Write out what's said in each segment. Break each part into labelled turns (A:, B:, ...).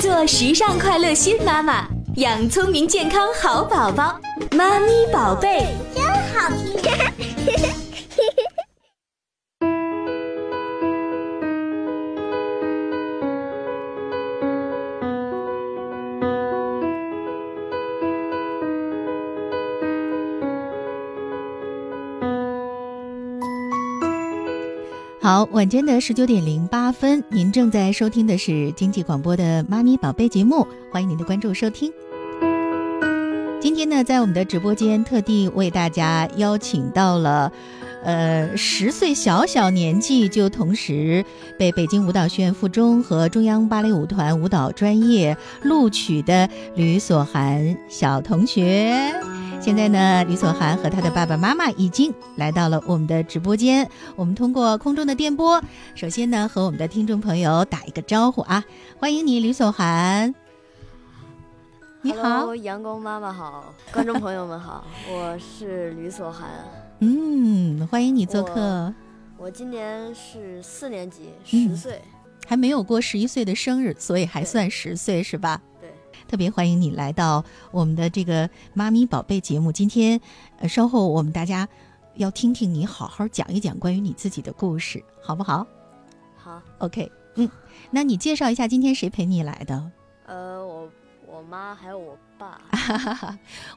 A: 做时尚快乐新妈妈，养聪明健康好宝宝。妈咪宝贝
B: 真好听。
C: 好，晚间的十九点零八分，您正在收听的是经济广播的《妈咪宝贝》节目，欢迎您的关注收听。今天呢，在我们的直播间特地为大家邀请到了，呃，十岁小小年纪就同时被北京舞蹈学院附中和中央芭蕾舞团舞蹈专业录取的吕所涵小同学。现在呢，吕所涵和他的爸爸妈妈已经来到了我们的直播间。我们通过空中的电波，首先呢，和我们的听众朋友打一个招呼啊，欢迎你，吕所涵。你好
D: Hello，阳光妈妈好，观众朋友 们好，我是吕所涵，
C: 嗯，欢迎你做客
D: 我。我今年是四年级，
C: 嗯
D: 十岁，
C: 还没有过十一岁的生日，所以还算十岁是吧？
D: 对，
C: 特别欢迎你来到我们的这个“妈咪宝贝”节目。今天，呃，稍后我们大家要听听你好好讲一讲关于你自己的故事，好不好
D: 好，
C: ？OK，嗯，那你介绍一下今天谁陪你来的？
D: 呃，我我妈还有我 爸，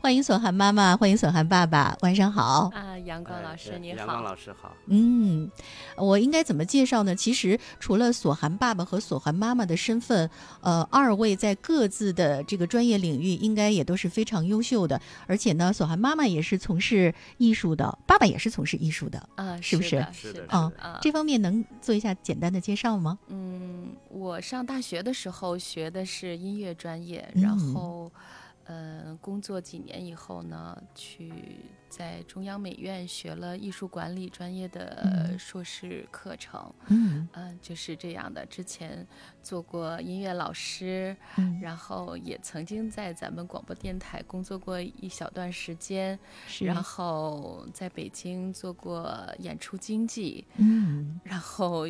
C: 欢迎索涵妈妈，欢迎索涵爸爸，晚上好。
E: 啊，阳光老师你
F: 阳哎光
E: 好，
F: 老师好，
C: 嗯，我应该怎么介绍呢？其实除了索涵爸爸和索涵妈妈的身份，呃，二位在各自的这个专业领域应该也都是非常优秀的。而且呢，索涵妈妈也是从事艺术的，爸爸也是从事艺术的。
E: 啊，
C: 是不是
E: 的
F: 是
E: 是
F: 的，是
E: 的
C: 哦
F: 的
E: 啊，
C: 这方面能做一下简单的介绍吗？
E: 嗯，我上大学的时候学的是音乐专业，然
C: 嗯
E: 后，呃，工作几年以后呢，去在中央美院学了艺术管理专业的
C: 嗯
E: 硕士课程，
C: 嗯
E: 嗯，就是这样的。之前做过音乐老师，
C: 嗯，
E: 然后也曾经在咱们广播电台工作过一小段时间，
C: 是
E: 然后在北京做过演出经济，
C: 嗯
E: 然后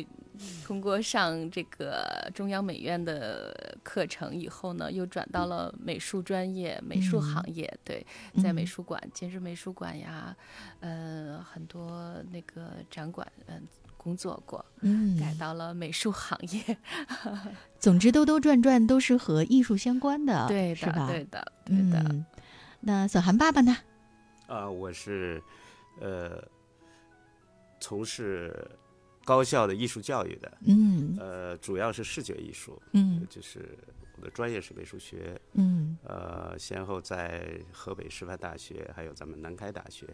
E: 通过上这个中央美院的课程以后呢，又转
C: 嗯
E: 到了美术专业、美术行业。对，在美
C: 嗯
E: 术馆、今日美术馆呀，呃，很多那个展馆，嗯、工作过，改
C: 嗯，
E: 到了美术行业。
C: 总之兜兜转转都是和艺术相关的，
E: 对
C: 啊是吧
E: 的，？对的，对的。
C: 嗯。那索涵爸爸呢？
F: 啊、我是呃从事高校的艺术教育的，
C: 嗯
F: 呃，主要是视觉艺术，
C: 嗯
F: 就是我的专业是美术学，
C: 嗯
F: 呃，先后在河北师范大学，还有咱们南开大学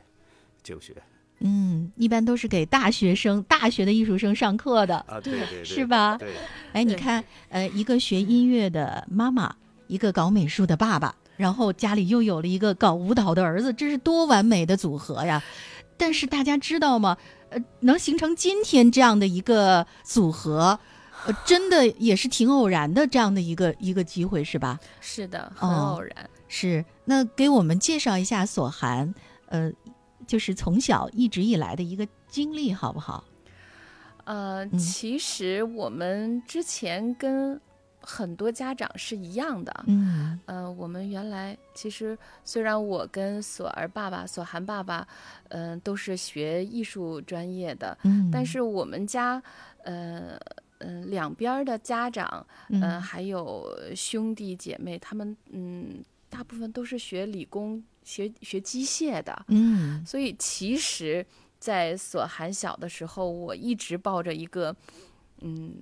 F: 就学
C: 嗯，一般都是给大学生、大学的艺术生上课的。
F: 啊，对对对，
C: 是？吧？
F: 对，
C: 哎，你
E: 对
C: 看，呃，一个学音乐的妈妈，一个搞美术的爸爸，然后家里又有了一个搞舞蹈的儿子，这是多完美的组合呀！但是大家知道吗？呃，能形成今天这样的一个组合，呃，真的也是挺偶然的这样的一个一个机会，是吧？
E: 是的，很
C: 哦
E: 偶然。
C: 是。那给我们介绍一下所涵，呃，就是从小一直以来的一个经历，好不好？
E: 呃，
C: 嗯
E: 其实我们之前跟很多家长是一样的。
C: 嗯
E: 呃，我们原来其实虽然我跟索儿爸爸、索涵爸爸，嗯、都是学艺术专业的，
C: 嗯
E: 但是我们家，呃。嗯，两边儿的家长，呃，
C: 嗯
E: 还有兄弟姐妹，他们嗯，大部分都是学理工、学学机械的，
C: 嗯
E: 所以其实，在所涵小的时候，我一直抱着一个，嗯，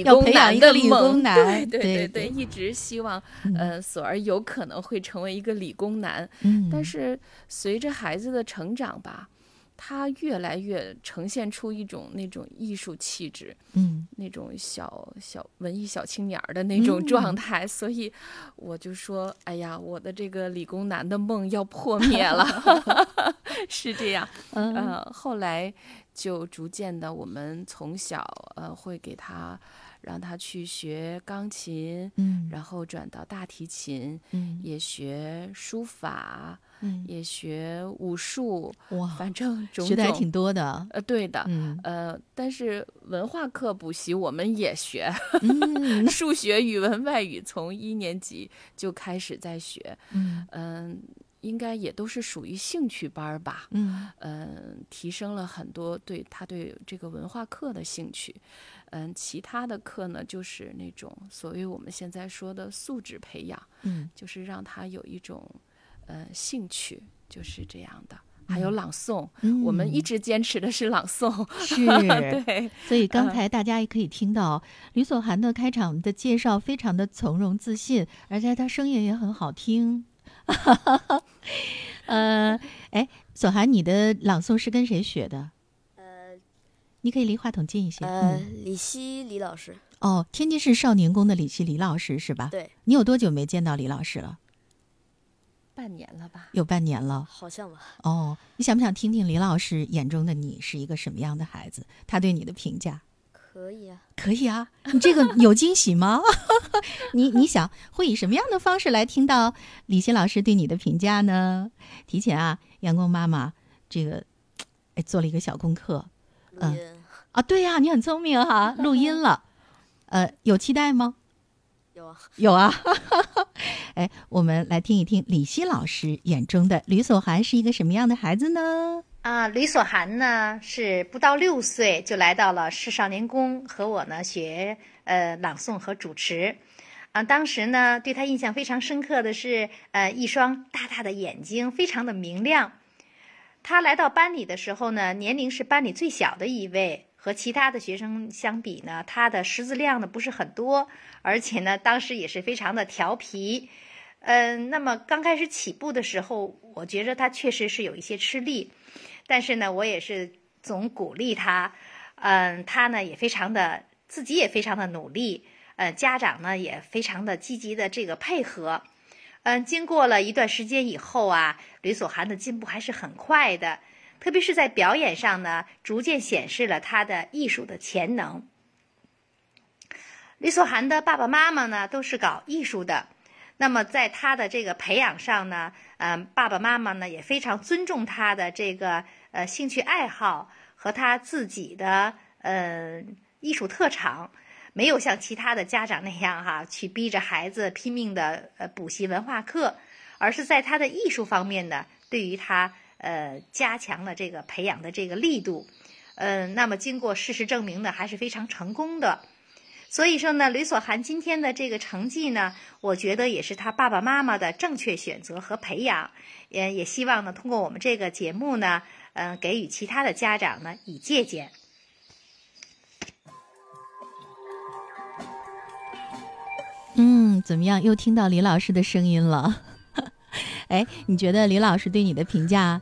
C: 要
E: 工
C: 培养
E: 男
C: 一个
E: 的
C: 理
E: 梦
C: 工男
E: 对
C: 对
E: 对
C: 对
E: 对，一直希望，
C: 嗯
E: 呃，索儿有可能会成为一个理工男。
C: 嗯
E: 但是随着孩子的成长吧，他越来越呈现出一种那种艺术气质。
C: 嗯
E: 那种小小文艺小青年儿的那种状
C: 嗯
E: 态，所以我就说，哎呀，我的这个理工男的梦要破 灭了，是这样。
C: 嗯
E: 呃，后来就逐渐的，我们从小呃会给他让他去学钢琴，
C: 嗯
E: 然后转到大提琴，
C: 嗯
E: 也学书法，
C: 嗯，
E: 也学武术，
C: 哇，
E: 反正种种
C: 学的还挺多的。
E: 呃，对的，
C: 嗯
E: 呃，但是文化课补习我们也学，
C: 嗯
E: 数学、语文、外语从一年级就开始在学，
C: 嗯
E: 嗯，应该也都是属于兴趣班儿吧，
C: 嗯
E: 嗯，提升了很多对他对这个文化课的兴趣。嗯，其他的课呢，就是那种所谓我们现在说的素质培养，
C: 嗯
E: 就是让他有一种呃兴趣，就是这样的。还有朗诵，
C: 嗯，
E: 我们一直坚持的是朗诵。
C: 是
E: 对，呃
C: 所以刚才大家也可以听到吕索涵的开场的介绍，非常的从容自信，而且她声音也很好听。 呃，哎，索涵，你的朗诵是跟谁学的？
D: 呃
C: 你可以离话筒近一些。
D: 呃，
C: 嗯，
D: 李希李老师，
C: 哦，天津市少年宫的李希李老师是吧？
D: 对，
C: 你有多久没见到李老师了？
E: 半年了吧？
C: 有半年了。
D: 好像吧，
C: 哦，你想不想听听李老师眼中的你是一个什么样的孩子？他对你的评价？
D: 可以啊，
C: 可以啊，你这个有惊喜吗？ 你你想会以什么样的方式来听到李欣老师对你的评价呢？提前啊，阳光妈妈这个哎做了一个小功课
D: 录
C: 嗯
D: 音
C: 啊，对呀、你很聪明哈、录音了，呃，有期待吗？
D: 有啊，
C: 有啊， 哎，我们来听一听李欣老师眼中的吕索涵是一个什么样的孩子呢？
G: 啊，吕索涵呢是不到六岁就来到了市少年宫和我呢学呃朗诵和主持，啊，当时呢对他印象非常深刻的是呃一双大大的眼睛，非常的明亮。他来到班里的时候呢，年龄是班里最小的一位，和其他的学生相比呢，他的识字量呢不是很多，而且呢当时也是非常的调皮，嗯，那么刚开始起步的时候，我觉着他确实是有一些吃力，但是呢，我也是总鼓励他，嗯，他呢也非常的，自己也非常的努力，呃，家长呢也非常的积极的这个配合，嗯，经过了一段时间以后啊，吕索涵的进步还是很快的，特别是在表演上呢，逐渐显示了他的艺术的潜能。吕索涵的爸爸妈妈呢都是搞艺术的，那么在他的这个培养上呢，嗯、爸爸妈妈呢也非常尊重他的这个呃兴趣爱好和他自己的呃艺术特长，没有像其他的家长那样哈、去逼着孩子拼命的呃补习文化课，而是在他的艺术方面呢，对于他呃加强了这个培养的这个力度，嗯、那么经过事实证明呢，还是非常成功的。所以说呢，吕索涵今天的这个成绩呢，我觉得也是他爸爸妈妈的正确选择和培养，也也希望呢，通过我们这个节目呢，嗯、给予其他的家长呢以借鉴。
C: 嗯，怎么样？又听到李老师的声音了。 哎，你觉得李老师对你的评价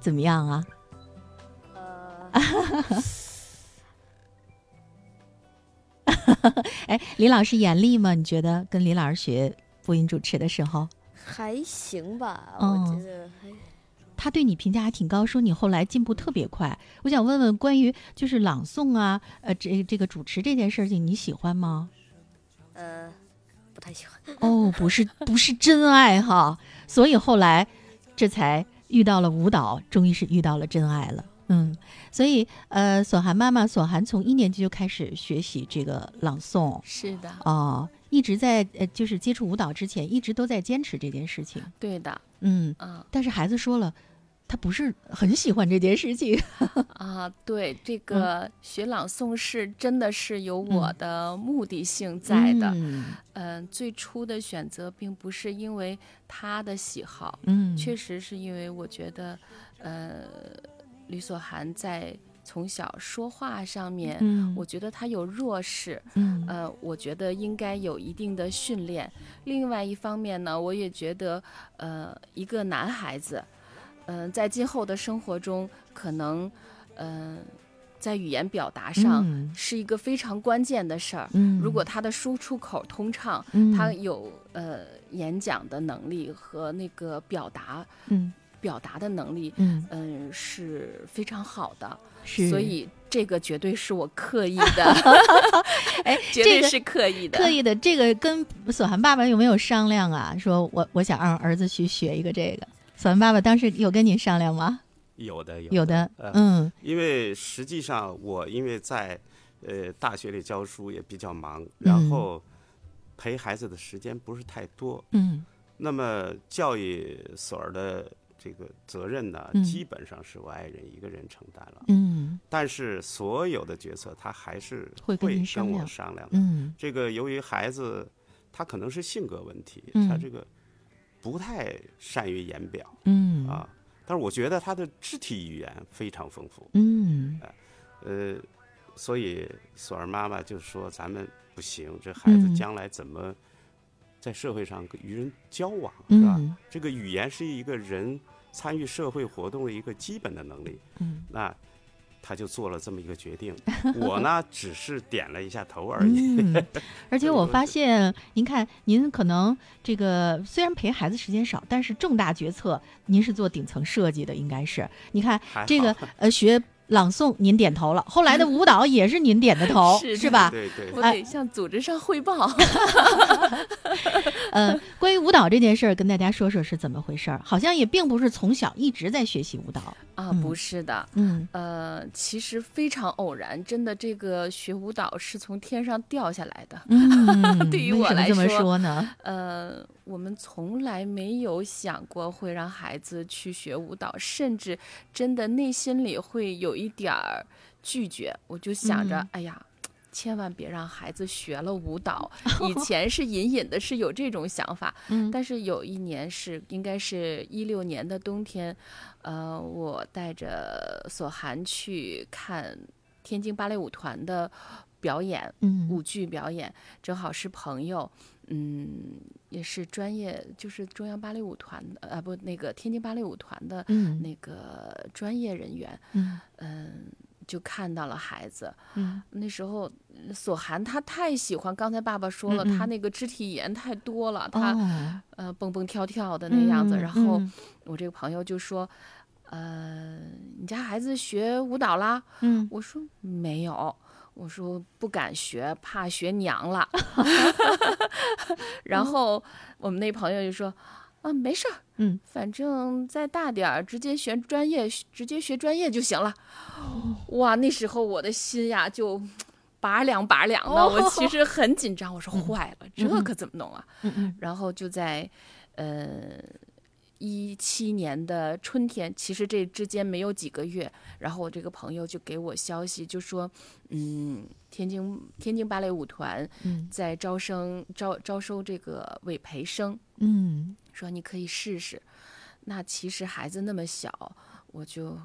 C: 怎么样啊？
D: 呃，
C: 哎，李老师严厉吗？你觉得跟李老师学播音主持的时候，
D: 还行吧，
C: 嗯
D: 我觉得还
C: 他对你评价还挺高，说你后来进步特别快。我想问问关于就是朗诵啊，呃，这这个主持这件事情，你喜欢吗？
D: 呃不太喜欢，
C: 哦，不是，不是真爱哈。所以后来这才遇到了舞蹈，终于是遇到了真爱了。嗯，所以呃，索涵妈妈，索涵从一年级就开始学习这个朗诵
E: 是的，
C: 哦，一直在呃，就是接触舞蹈之前，一直都在坚持这件事情。
E: 对的，
C: 嗯，
E: 啊
C: 但是孩子说了，他不是很喜欢这件事情。
E: 啊，对，这个学朗诵是真的是有我的目的性 在的。
C: 嗯
E: 嗯，最初的选择并不是因为他的喜好，
C: 嗯，
E: 确实是因为我觉得，呃，吕索涵在从小说话上面，
C: 嗯，
E: 我觉得他有弱势，
C: 嗯
E: 呃，我觉得应该有一定的训练。另外一方面呢，我也觉得，呃，一个男孩子，嗯、在今后的生活中，可能，嗯、在语言表达上、
C: 嗯
E: 是一个非常关键的事儿。
C: 嗯，
E: 如果他的输出口通畅，
C: 嗯
E: 他有呃演讲的能力和那个表达
C: 嗯
E: 表达的能力，
C: 嗯
E: 嗯，是非常好的。
C: 是，
E: 所以这个绝对是我刻意的，
C: 哎，
E: 绝
C: 这
E: 对
C: 个
E: 是刻意的。，
C: 刻意的，这个跟索涵爸爸有没有商量啊？说我我想让儿子去学一个这个，小文爸爸当时有跟您商量吗？
F: 有的有
C: 有的，
F: 呃
C: 嗯
F: 因为实际上我因为在呃大学里教书也比较忙，然
C: 嗯
F: 后陪孩子的时间不是太多，
C: 嗯
F: 那么教育所儿的这个责任呢
C: 嗯，
F: 基本上是我爱人一个人承担了。
C: 嗯
F: 但是所有的决策，他还是
C: 会
F: 会
C: 跟
F: 跟
C: 您商量
F: 我商量的。
C: 嗯
F: 这个由于孩子他可能是性格问题，
C: 嗯
F: 他这个不太善于言表
C: 嗯
F: 啊，但是我觉得他的肢体语言非常丰富。
C: 嗯
F: 呃，所以索儿妈妈就说咱们不行，这孩子
C: 嗯
F: 将来怎么在社会上跟与人交往，是吧？
C: 嗯
F: 这个语言是一个人参与社会活动的一个基本的能力。
C: 嗯
F: 那他就做了这么一个 决定，我呢只是点了一下头而已。
C: 嗯，而且我发现，您看，您可能这个虽然陪孩子时间少，但是重大决策您是做顶层设计的，应该是。你看
F: 还好
C: 这个呃，学朗诵您点头了，后来的舞蹈也是您点的头
E: 是的
C: 是吧？
F: 对对
E: 我
C: 哎
E: 得向组织上汇 报。
C: 呃，关于舞蹈这件事儿，跟大家说说是怎么回事儿。好像也并不是从小一直在学习舞蹈。
E: 啊，
C: 嗯
E: 不是的，
C: 嗯
E: 呃，其实非常偶然，真的，这个学舞蹈是从天上掉下来的。
C: 嗯
E: 对于
C: 为
E: 我
C: 什么
E: 来
C: 这么
E: 说
C: 说呢？
E: 呃，我们从来没有想过会让孩子去学舞蹈，甚至真的内心里会有一点儿拒绝。我就想着，
C: 嗯
E: 哎呀。千万别让孩子学了 舞蹈。以前是隐隐的是有这种想法，
C: 嗯
E: 但是有一年是应该是一六年的冬天，呃，我带着索涵去看天津芭蕾舞团的表演，
C: 嗯
E: 舞剧表演，正好是朋友，嗯，也是专业，就是中央芭蕾舞团的，呃，不，那个天津芭蕾舞团的
C: 嗯
E: 那个专业人员，
C: 嗯
E: 嗯，就看到了孩子。
C: 嗯
E: 那时候，索涵他太喜欢，刚才爸爸说了，
C: 嗯嗯
E: 他那个肢体语言太多了，他
C: 哦
E: 呃蹦蹦跳跳的那样子。
C: 嗯
E: 然后
C: 嗯
E: 我这个朋友就说，呃，你家孩子学舞蹈啦？
C: 嗯
E: 我说没有，我说不敢学，怕学娘了。然后我们那朋友就说啊，没事儿，
C: 嗯，
E: 反正再大点儿，直接学专业，直接学专业就行了。
C: 哦
E: 哇，那时候我的心呀就。拔凉拔凉的，我其实很紧张。我说坏了，这可怎么弄啊？
C: 哦嗯嗯
E: 然后就在，呃，一七年的春天，其实这之间没有几个月，然后我这个朋友就给我消息，就说，嗯，天津天津芭蕾舞团
C: 嗯
E: 在招生招招收这个委培生，
C: 嗯
E: 说你可以试试。那其实孩子那么小，我就，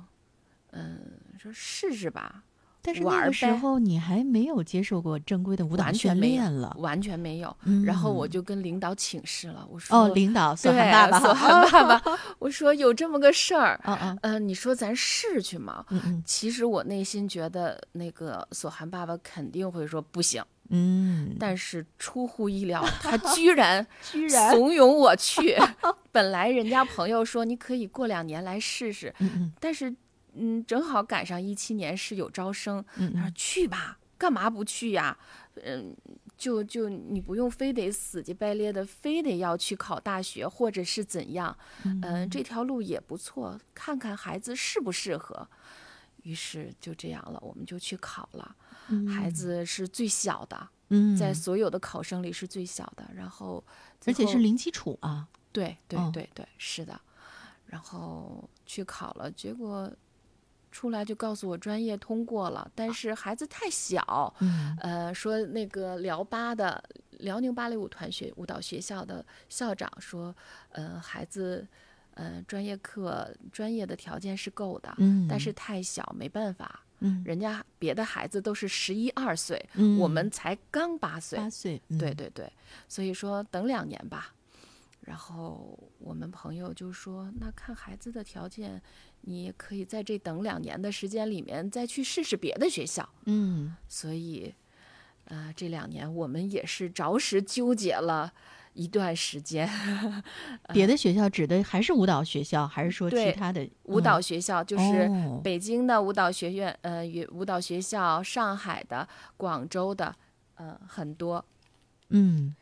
E: 嗯，说试试吧，
C: 但是
E: 玩
C: 那
E: 儿
C: 个时
E: 呗
C: 候你还没有接受过正规的舞蹈
E: 完全
C: 训
E: 没有
C: 练了，
E: 完全没有。
C: 嗯
E: 然后我就跟领导请示了，我说，
C: 哦，领 导，索
E: 对，啊
C: 涵爸爸，
E: 索
C: 哈
E: 涵爸爸，我说有这么个事儿，
C: 哦哦，
E: 嗯、你说咱试去嘛？
C: 嗯嗯
E: 其实我内心觉得那个索涵爸爸肯定会说不行，
C: 嗯，
E: 但是出乎意料，他居然
C: 居
E: 怂恿我 去。本来人家朋友说你可以过两年来试试，
C: 嗯嗯
E: 但是嗯，正好赶上一七年是有招生，
C: 嗯
E: 他说
C: 嗯
E: 去吧，干嘛不去呀？嗯，就就你不用非得死乞白咧的，非得要去考大学或者是怎样，嗯、这条路也不错，看看孩子适不适合。于是就这样了，我们就去考了。孩子是最小的，
C: 嗯，
E: 在所有的考生里是最小的，然后最
C: 而且是
E: 后
C: 零基础啊，
E: 对对
C: 嗯
E: 对对，是的。然后去考了，结果出来就告诉我专业通过了，但是孩子太小，
C: 嗯
E: 呃，说那个辽芭的辽宁芭蕾舞团学舞蹈学校的校长说，呃，孩子，呃，专业课专业的条件是够的，
C: 嗯，
E: 但是太小，没办法，
C: 嗯
E: 人家别的孩子都是十一二岁，我
C: 嗯
E: 们才刚八岁，
C: 八岁，
E: 对
C: 嗯，
E: 对对，所以说等两年吧。然后我们朋友就说：“那看孩子的条件，你也可以在这等两年的时间里面再去试试别的学校。
C: 嗯”
E: 所以，呃，这两年我们也是着实纠结了一段时间。
C: 嗯别的学校指的还是舞蹈学校，还是说其
E: 嗯对
C: 他的
E: 舞蹈学校就是
C: 嗯哦
E: 北京的舞蹈学院，呃，也舞蹈学校，上海的、广州的，呃，很多。
C: 嗯，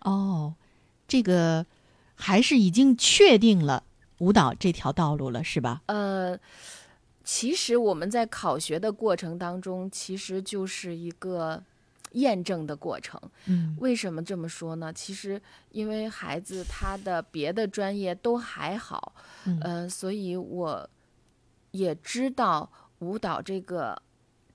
C: 哦，这个还是已经确定了舞蹈这条道路了，是吧？
E: 呃，其实我们在考学的过程当中，其实就是一个验证的过程。
C: 嗯
E: 为什么这么说呢？其实因为孩子他的别的专业都还好，
C: 嗯
E: 呃，所以我也知道舞蹈这个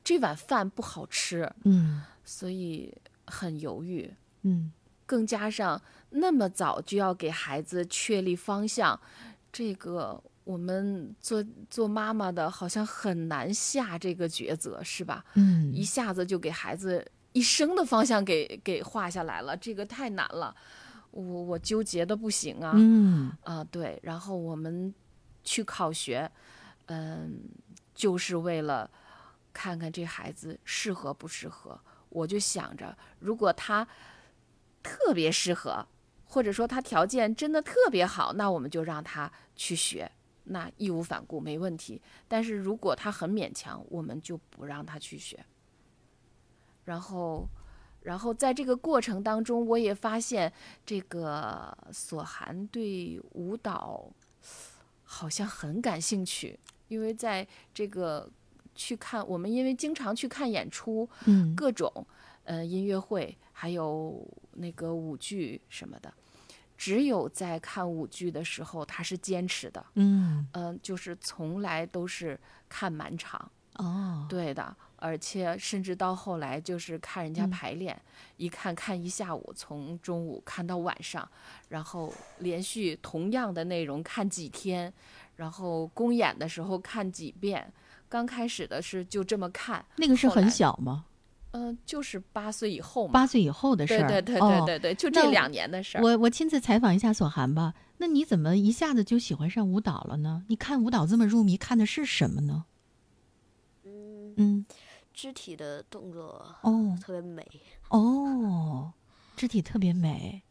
E: 这碗饭不好吃，
C: 嗯
E: 所以很犹豫。
C: 嗯
E: 更加上那么早就要给孩子确立方向，这个我们做做妈妈的好像很难下这个抉择，是吧？
C: 嗯
E: 一下子就给孩子一生的方向给给画下来了，这个太难了，我我纠结的不行啊。
C: 嗯
E: 啊，对，然后我们去考学，嗯，就是为了看看这孩子适合不适合。我就想着，如果他特别适合，或者说他条件真的特别好，那我们就让他去学，那义无反顾没问题。但是如果他很勉强，我们就不让他去学。然后，然后在这个过程当中，我也发现这个索涵对舞蹈好像很感兴趣，因为在这个去看我们，因为经常去看演出，
C: 嗯
E: 各种呃音乐会，还有那个舞剧什么的。只有在看舞剧的时候，他是坚持的，
C: 嗯
E: 嗯、就是从来都是看满场。
C: 哦，
E: 对的，而且甚至到后来就是看人家
C: 嗯
E: 排练，一看看一下午，从中午看到晚上，然后连续同样的内容看几天，然后公演的时候看几遍。刚开始的是就这么看，
C: 那个是
E: 后
C: 很
E: 来
C: 小吗？
E: 嗯、就是八岁以后嘛，
C: 八岁以后的事
E: 对
C: 儿。
E: 对对
C: 哦
E: 对对对，就
C: 那
E: 这
C: 我
E: 两年的事儿。
C: 我我亲自采访一下索涵吧。那你怎么一下子就喜欢上舞蹈了呢？你看舞蹈这么入迷，看的是什么呢？
D: 嗯，
C: 嗯，
D: 肢体的动作
C: 哦
D: 特别美，
C: 哦，肢体特别美。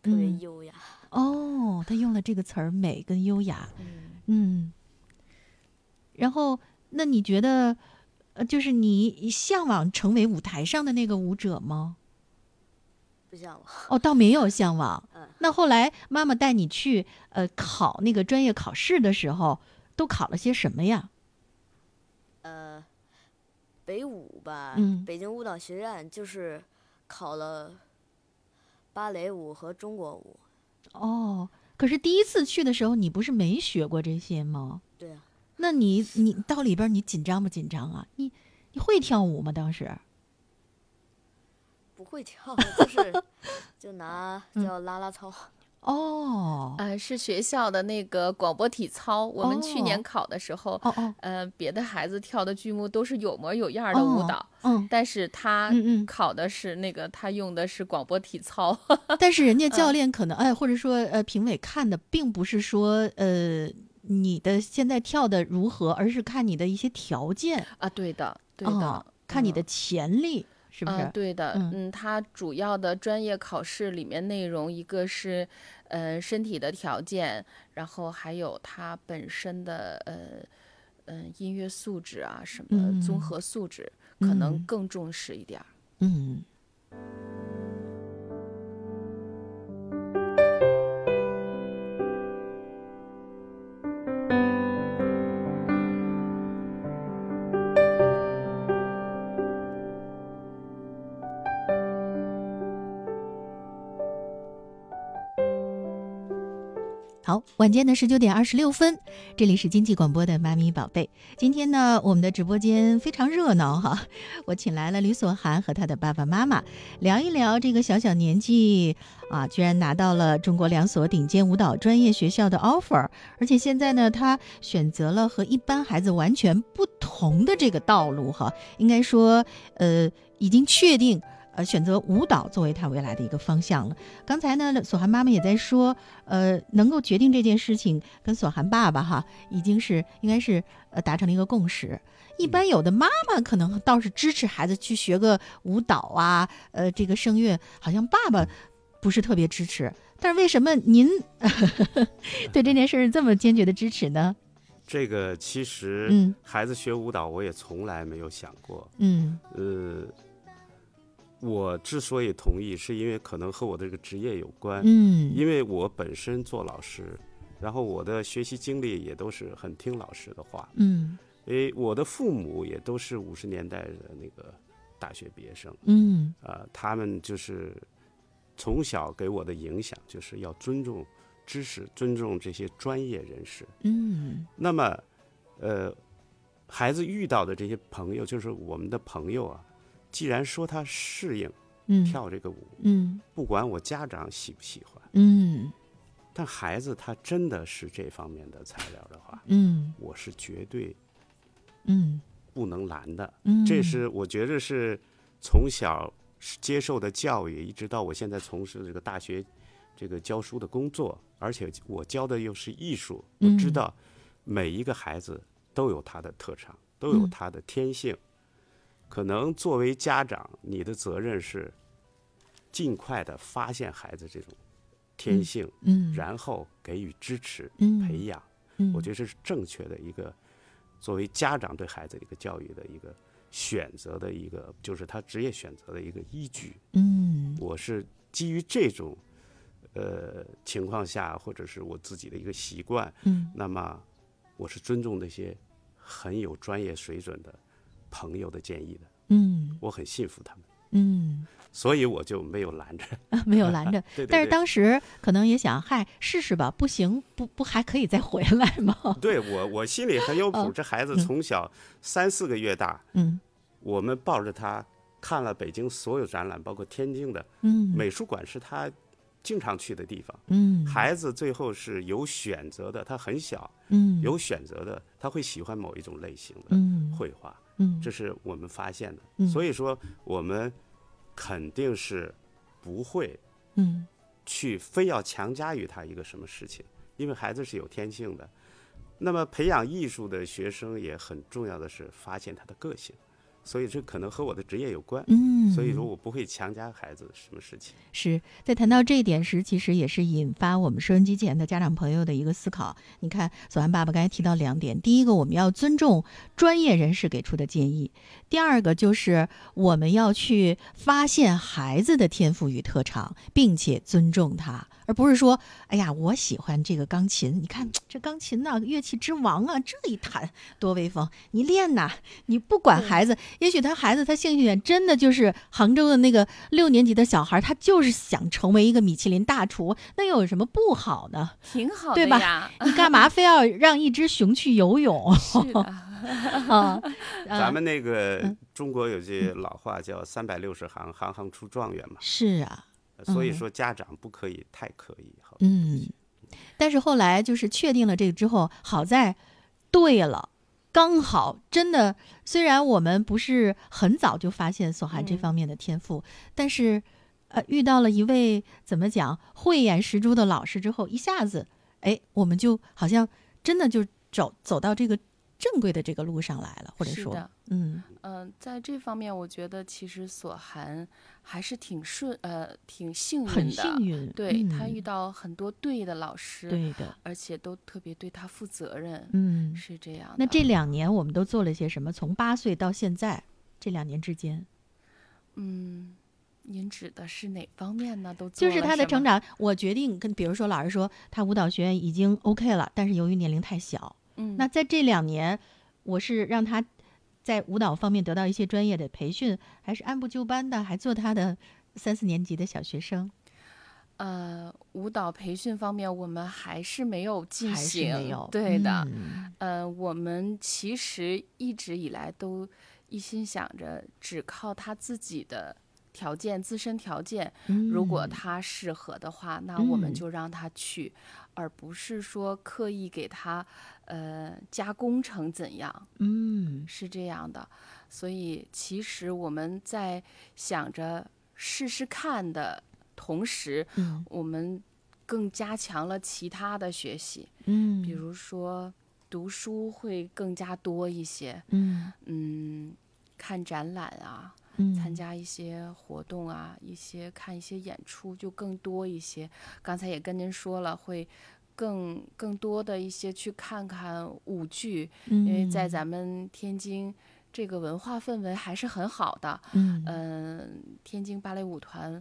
D: 特别
C: 嗯
D: 优雅。
C: 哦，他用了这个词儿“美”跟“优雅”。
E: 嗯
C: 嗯，然后那你觉得，呃，就是你向往成为舞台上的那个舞者吗？
D: 不像我，
C: 哦，倒没有向往
D: 嗯。
C: 那后来妈妈带你去呃考那个专业考试的时候，都考了些什么呀？
D: 呃，北舞吧，
C: 嗯
D: 北京舞蹈学院就是考了芭蕾舞和中国舞。
C: 哦，可是第一次去的时候，你不是没学过这些吗？
D: 对啊，
C: 那你你到里边儿你紧张不紧张啊？你你会跳舞吗？当时？
D: 不会跳， 就是就拿
C: 嗯
D: 叫啦啦操，
C: 哦
E: 呃，是学校的那个广播体操，我们去
C: 哦
E: 年考的时候，
C: 哦哦，
E: 呃，别的孩子跳的剧目都是有模有样儿的舞
C: 哦
E: 蹈，
C: 嗯，
E: 但是他
C: 嗯嗯
E: 考的是那个，他用的是广播体操，
C: 但是人家教练可能、哎，或者说呃评委看的并不是说呃你的现在跳的如何，而是看你的一些条件，
E: 啊，对的，对的，
C: 哦看你的
E: 嗯
C: 潜力、是不是？
E: 啊，对的，
C: 嗯
E: 嗯，它主要的专业考试里面内容，一个是，呃，身体的条件，然后还有它本身的呃，嗯、音乐素质啊，什么
C: 嗯
E: 综合素质，可能
C: 嗯
E: 更重视 一点儿。
C: 嗯。好，晚间的十九点二十六分，这里是经济广播的《妈咪宝贝》。今天呢，我们的直播间非常热闹哈、我请来了吕索涵和他的爸爸妈妈，聊一聊这个小小年纪啊，居然拿到了中国两所顶尖舞蹈专业学校的 offer，而且现在呢，他选择了和一般孩子完全不同的这个道路哈，应该说，呃，已经确定。呃，选择舞蹈作为他未来的一个方向了。刚才呢，索涵妈妈也在说，呃，能够决定这件事情跟索涵爸爸哈，已经是应该是呃达成了一个共识。一般有的妈妈可能倒是支持孩子去学个舞蹈啊，呃，这个声乐，好像爸爸不是特别支持。但是为什么您
F: 嗯
C: 对这件事儿这么坚决的支持呢？
F: 这个其实
C: 嗯
F: 孩子学舞蹈，我也从来没有想过。
C: 嗯
F: 呃，我之所以同意，是因为可能和我这个职业有关。
C: 嗯
F: 因为我本身做老师，然后我的学习经历也都是很听老师的话，
C: 嗯
F: 因为我的父母也都是五十年代的那个大学毕业生，
C: 嗯
F: 啊，他们就是从小给我的影响就是要尊重知识，尊重这些专业人士。
C: 嗯
F: 那么，呃，孩子遇到的这些朋友，就是我们的朋友啊，既然说他适应
C: 嗯
F: 跳这个舞，
C: 嗯
F: 不管我家长喜不喜欢，
C: 嗯
F: 但孩子他真的是这方面的材料的话，
C: 嗯
F: 我是绝对
C: 嗯
F: 不能拦的。
C: 嗯，
F: 这是我觉得是从小接受的教育，一直到我现在从事这个大学这个教书的工作，而且我教的又是艺术，我知
C: 嗯
F: 道每一个孩子都有他的特长，都有
C: 嗯
F: 他的天性。可能作为家长，你的责任是尽快的发现孩子这种天性，
C: 嗯，
F: 然后给予支持、
C: 嗯
F: 培
C: 嗯
F: 养。我觉得这是正确的一个作为家长对孩子一个教育的一个选择的一个，就是他职业选择的一个依据。
C: 嗯
F: 我是基于这种呃情况下，或者是我自己的一个习惯，
C: 嗯
F: 那么我是尊重那些很有专业水准的朋友的建议的，
C: 嗯
F: 我很信服他们，
C: 嗯
F: 所以我就没有拦着。 ，
C: 啊，没有拦着
F: 对对
C: 但是
F: 对
C: 当时可能也想，嗨，试试吧，不行，不不还可以再回来吗？
F: 对我，我心里很有谱。
C: 哦
F: 这孩子
C: 嗯
F: 从小三四个月大，
C: 嗯
F: 我们抱着他看了北京所有展览，包括天津的
C: 嗯，
F: 美术馆是他经常去的地方。
C: 嗯
F: 孩子最后是有选择的，他很小，
C: 嗯
F: 有选择的，他会喜欢某一种类型的
C: 嗯
F: 绘画，
C: 嗯
F: 这是我们发现的。
C: 嗯
F: 所以说，我们肯定是不会
C: 嗯
F: 去非要强加于他一个什么事情，因为孩子是有天性的。那么培养艺术的学生也很重要的是发现他的个性，所以这可能和我的职业有关。
C: 嗯，
F: 所以说我不会强加孩子什么事情。
C: 是在谈到这一点时，其实也是引发我们收音机前的家长朋友的一个思考。你看，索安爸爸刚才提到两点：第一个，我们要尊重专业人士给出的建议；第二个，就是我们要去发现孩子的天赋与特长，并且尊重他，而不是说，哎呀，我喜欢这个钢琴，你看这钢琴呐、乐器之王啊，这一弹多威风，你练呐、你不管孩子，也许他孩子他兴趣点真的就是杭州的那个六年级的小孩，他就是想成为一个米其林大厨，那又有什么不好呢？
E: 挺好
C: 对
E: 的
C: 吧
E: 呀。
C: 你干嘛非要让一只熊去游泳
E: 是的，
C: 啊？
F: 咱们那个
C: 嗯
F: 中国有句老话叫“三百六十行，行行出状元”嘛，
C: 是啊，
F: 所以
C: 嗯
F: 说家长不可以太刻意。好吧
C: 嗯，但是后来就是确定了这个之后，好在对了。刚好，真的，虽然我们不是很早就发现索涵这
E: 嗯
C: 方面的天赋，但是，呃，遇到了一位怎么讲慧眼识珠的老师之后，一下子，哎，我们就好像真的就走走到这个正规的这个路上来了，或者
E: 是
C: 说
E: 的，
C: 嗯
E: 嗯，在这方面，我觉得其实索涵还是挺顺，呃，挺幸运的。
C: 很幸运，
E: 对、
C: 嗯、
E: 他遇到很多对的老师，
C: 对的，
E: 而且都特别对他负责任，
C: 嗯，
E: 是这样的。
C: 那这两年我们都做了些什么？从八岁到现在这两年之间，
E: 嗯，您指的是哪方面呢？都
C: 就
E: 做
C: 是
E: 了
C: 他的
E: 什
C: 成
E: 么，
C: 长，我决定跟，比如说老师说他舞蹈学院已经 OK 了，但是由于年龄太小，
E: 嗯，
C: 那在这两年，我是让他在舞蹈方面得到一些专业的培训，还是按部就班的，还做他的三四年级的小学生，
E: 呃，舞蹈培训方面，我们还是没有进
C: 还是
E: 行，
C: 没有？
E: 对的，
C: 嗯
E: 呃，我们其实一直以来都一心想着只靠他自己的条件、自身条件，如果
C: 嗯
E: 他适合的话，那我们
C: 嗯
E: 就让他去，而不是说刻意给他呃加工成怎样。
C: 嗯
E: 是这样的，所以其实我们在想着试试看的同时，
C: 嗯
E: 我们更加强了其他的学习，
C: 嗯，
E: 比如说读书会更加多一些，
C: 嗯
E: 嗯，看展览啊，
C: 嗯
E: 参加一些活动啊，一些看一些演出就更多一些。刚才也跟您说了，会更更多的一些去看看舞剧，因为在
C: 嗯
E: 咱们天津这个文化氛围还是很好的。
C: 嗯
E: 嗯、天津芭蕾舞团，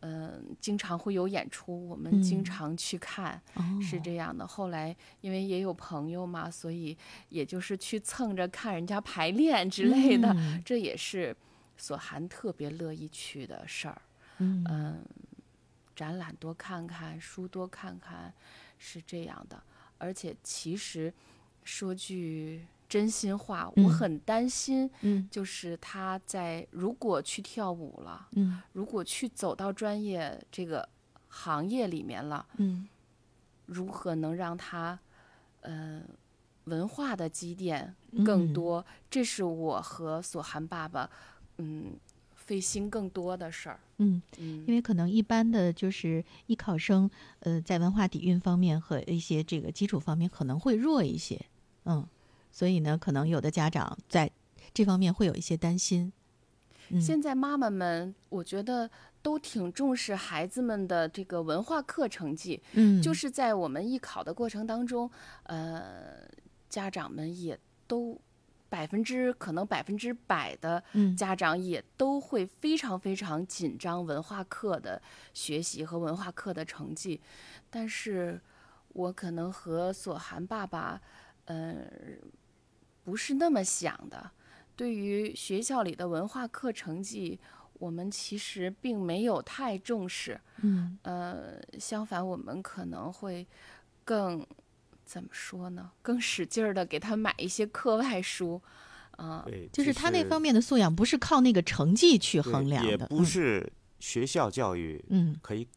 E: 嗯、经常会有演出，我们
C: 嗯
E: 经常去看，
C: 哦，
E: 是这样的。后来因为也有朋友嘛，所以也就是去蹭着看人家排练之类的，
C: 嗯
E: 这也是索涵特别乐意去的事儿。
C: 嗯
E: 嗯，展览多看看，书多看看，是这样的。而且其实说句真心话，
C: 嗯
E: 我很担心，
C: 嗯
E: 就是他在如果去跳舞了，
C: 嗯
E: 如果去走到专业这个行业里面了，
C: 嗯
E: 如何能让他，嗯、文化的积淀更
C: 嗯
E: 多？这是我和索涵爸爸，嗯，费心更多的事儿。
C: 嗯，
E: 嗯，
C: 因为可能一般的就是艺考生，呃，在文化底蕴方面和一些这个基础方面可能会弱一些，嗯，所以呢，可能有的家长在这方面会有一些担心。嗯
E: 现在妈妈们，我觉得都挺重视孩子们的这个文化课成绩，
C: 嗯，
E: 就是在我们艺考的过程当中，呃，家长们也都百分之可能百分之百的
C: 嗯
E: 家长也都会非常非常紧张文化课的学习和文化课的成绩，但是我可能和索涵爸爸，嗯、不是那么想的。对于学校里的文化课成绩，我们其实并没有太重视。
C: 嗯
E: 呃，相反，我们可能会更怎么说呢？更使劲儿的给他买一些课外书，啊、
F: 对，
C: 嗯就是他那方
F: 面
C: 面的素养不是靠那个成绩去衡量的，
F: 也不是学校教育
C: 嗯
F: 可以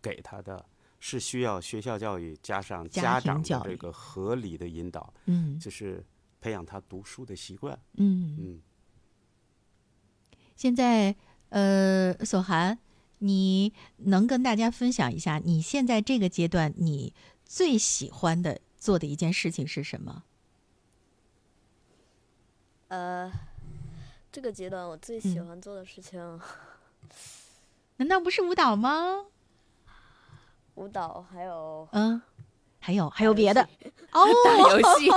F: 给他的，是需要学校教育加上
C: 家
F: 家
C: 庭
F: 长的
C: 教育
F: 这个合理的引导，
C: 嗯
F: 就是培养他读书的习惯。
C: 嗯嗯。
F: 嗯，
C: 现在呃，索涵，你能跟大家分享一下你现在这个阶段你最喜欢的做的一件事情是什么？
D: 呃，这个阶段我最喜
C: 嗯
D: 欢做的事情，
C: 难道不是舞蹈吗？
D: 舞蹈还有
C: 嗯，还有还有别的哦
E: 打游戏、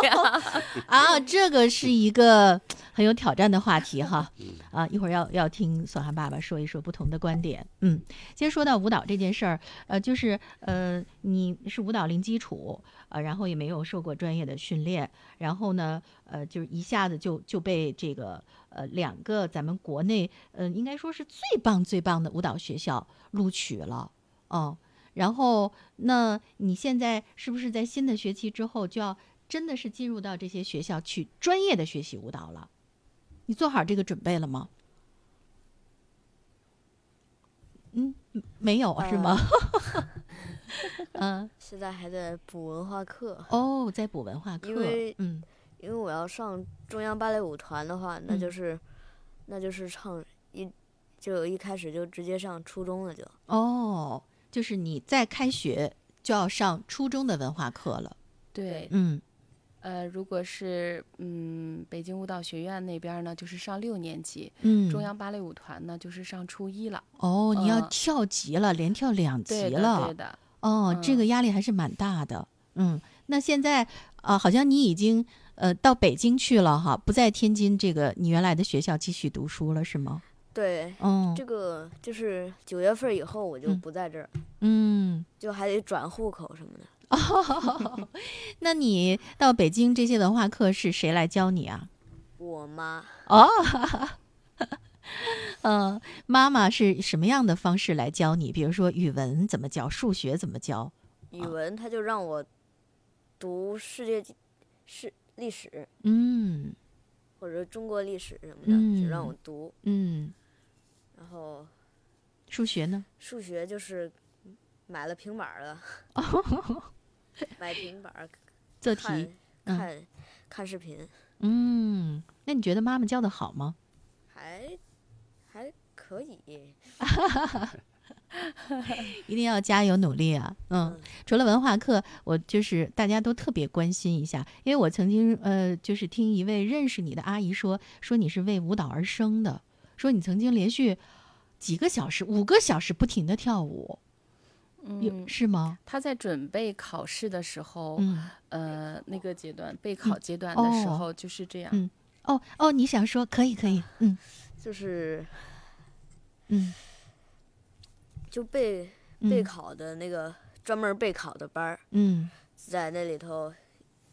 C: 啊，这个是一个很有挑战的话题哈。啊，一会儿要要听索涵爸爸说一说不同的观点。嗯，先说到舞蹈这件事儿，呃，就是呃，你是舞蹈零基础，呃，然后也没有受过专业的训练，然后呢，呃，就是一下子就就被这个呃两个咱们国内呃应该说是最棒最棒的舞蹈学校录取了哦。然后，那你现在是不是在新的学期之后就要真的是进入到这些学校去专业的学习舞蹈了？你做好这个准备了吗？嗯，没有是吗？嗯，
D: 现在还在补文化课，
C: 哦，在补文化课
D: 因为，
C: 嗯
D: 因为我要上中央芭蕾舞团的话，那就是、那就是唱一就一开始就直接上初中了就，
C: 哦，就是你在开学就要上初中的文化课了，
E: 对，
C: 嗯
E: 呃，如果是嗯北京舞蹈学院那边儿呢，就是上六年级；
C: 嗯，
E: 中央芭蕾舞团呢，就是上初一了。
C: 哦，你要
E: 嗯
C: 跳级了，连跳两级
E: 对的，
C: 了，
E: 对的，
C: 哦，这
E: 嗯
C: 个压力还是蛮大的。嗯，那现在啊、呃好像你已经呃到北京去了哈，不在天津这个你原来的学校继续读书了，是吗？
D: 对，
C: 嗯
D: 这个就是九月份以后我就
C: 嗯
D: 不在这儿，
C: 嗯，
D: 就还得转户口什么的。
C: 哦，那你到北京这些文化课是谁来教你啊？
D: 我妈
C: 哦，呃，妈妈是什么样的方式来教你？比如说语文怎么教，数学怎么教？
D: 语
C: 啊
D: 文她就让我读世界纪世历史
C: 嗯
D: 或者中国历史什么的，就让我
C: 嗯
D: 读，
C: 嗯，
D: 然后
C: 数学呢？
D: 数学就是买了平板儿 了，买平板儿
C: 做
D: 看
C: 题，嗯
D: 看看视频，
C: 嗯，那你觉得妈妈教的好吗？
D: 还还可以。
C: 一定要加油努力啊！嗯，
D: 嗯
C: 除了文化课，我就是大家都特别关心一下，因为我曾经呃，就是听一位认识你的阿姨说，说你是为舞蹈而生的，说你曾经连续几个小时、五个小时不停的跳舞，有
E: 嗯，
C: 是吗？
E: 他在准备考试的时候，
C: 嗯，
E: 呃，那个阶段备考阶段的时
C: 哦
E: 候就是这样。
C: 嗯哦哦，你想 说可以可以，嗯
D: 就是
C: 嗯
D: 就备备考的那个专门备考的班儿，
C: 嗯
D: 在那里头，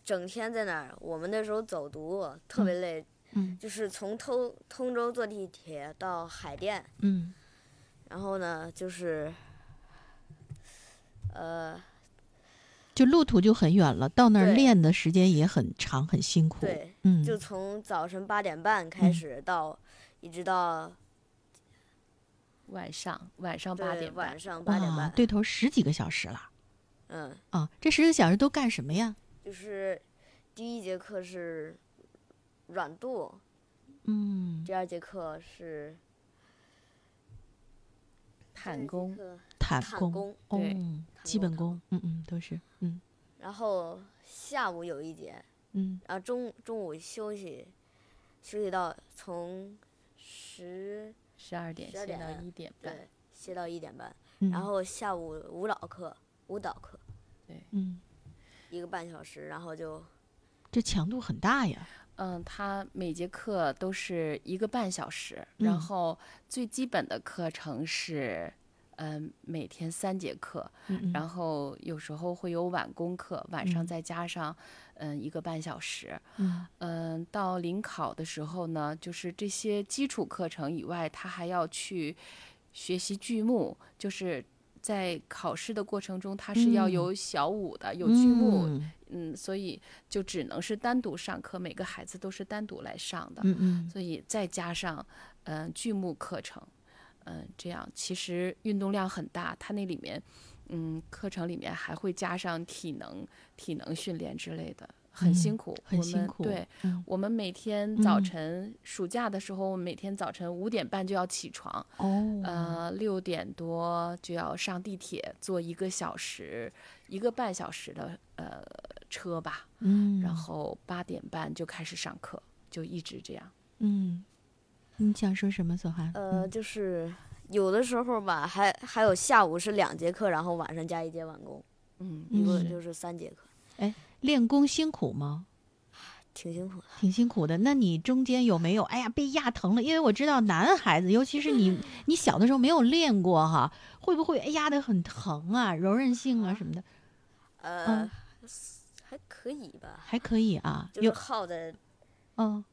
D: 整天在那儿。我们那时候走读啊特别累，
C: 嗯
D: 就是从通通州坐地铁到海淀，
C: 嗯
D: 然后呢就是，呃，
C: 就路途就很远了，到那儿
D: 对
C: 练的时间也很长，很辛苦。
D: 对，
C: 嗯，
D: 就从早晨八点半开始到，一直到
E: 晚上晚上
D: 对
E: 八点半
D: 晚，上八点
C: 哇
D: 半，
C: 对头十几个小时了
D: 嗯，
C: 啊！这十个小时都干什么呀？
D: 就是第一节课是软度，
C: 嗯，
D: 第二节课是
E: 弹弓，
C: 弹
D: 弹
C: 弓，
D: 弓
C: 哦
E: 对，
C: 基本
D: 弹
C: 功，嗯嗯，都是，嗯
D: 然后下午有一节，
C: 嗯
D: 然后中中午休息，休息到从十
E: 十二点
D: 12
E: 歇到
D: 点啊
E: 一点半，
D: 对歇到一点半，
C: 嗯，
D: 然后下午舞蹈课舞蹈课
C: 嗯，
D: 一个半小时，然后就
C: 这强度很大呀，
E: 嗯，它每节课都是一个半小时，然
C: 嗯
E: 后最基本的课程是，嗯，每天三节课，
C: 嗯嗯
E: 然后有时候会有晚功课，晚上
C: 嗯
E: 再加上，嗯，一个半小时。
C: 嗯
E: 嗯，到临考的时候呢，就是这些基础课程以外，他还要去学习剧目，就是在考试的过程中，他是要
C: 嗯
E: 有小舞的，有剧目，
C: 嗯
E: 嗯，所以就只能是单独上课，每个孩子都是单独来上的，
C: 嗯嗯
E: 所以再加上嗯、呃剧目课程，嗯、这样其实运动量很大，它那里面嗯课程里面还会加上体能、体能训练之类的，很辛
C: 嗯
E: 苦，
C: 很
E: 我
C: 辛
E: 们
C: 苦
E: 对。
C: 嗯
E: 我们每天早
C: 嗯
E: 晨、暑假的时候，我们每天早晨五点半就要起床，
C: 哦，
E: 呃，六点多就要上地铁，坐一个小时、一个半小时的呃车吧，
C: 嗯，
E: 然后八点半就开始上课，就一直这样。
C: 嗯，你想说什么，索涵？
D: 呃
C: 嗯，
D: 就是有的时候吧，还还有下午是两节课，然后晚上加一节晚功，
E: 嗯，
D: 一共
C: 嗯
D: 就是三节课，
C: 练功辛苦吗？
D: 挺辛苦的。
C: 挺辛苦的。那你中间有没有哎呀被压疼了？因为我知道男孩子，尤其是
D: 嗯
C: 你，你小的时候没有练过哈，会不会哎压得很疼啊？柔韧性啊什么的
D: 呃，还可以吧，
C: 还可以啊。
D: 就是
C: 有
D: 耗在
C: 嗯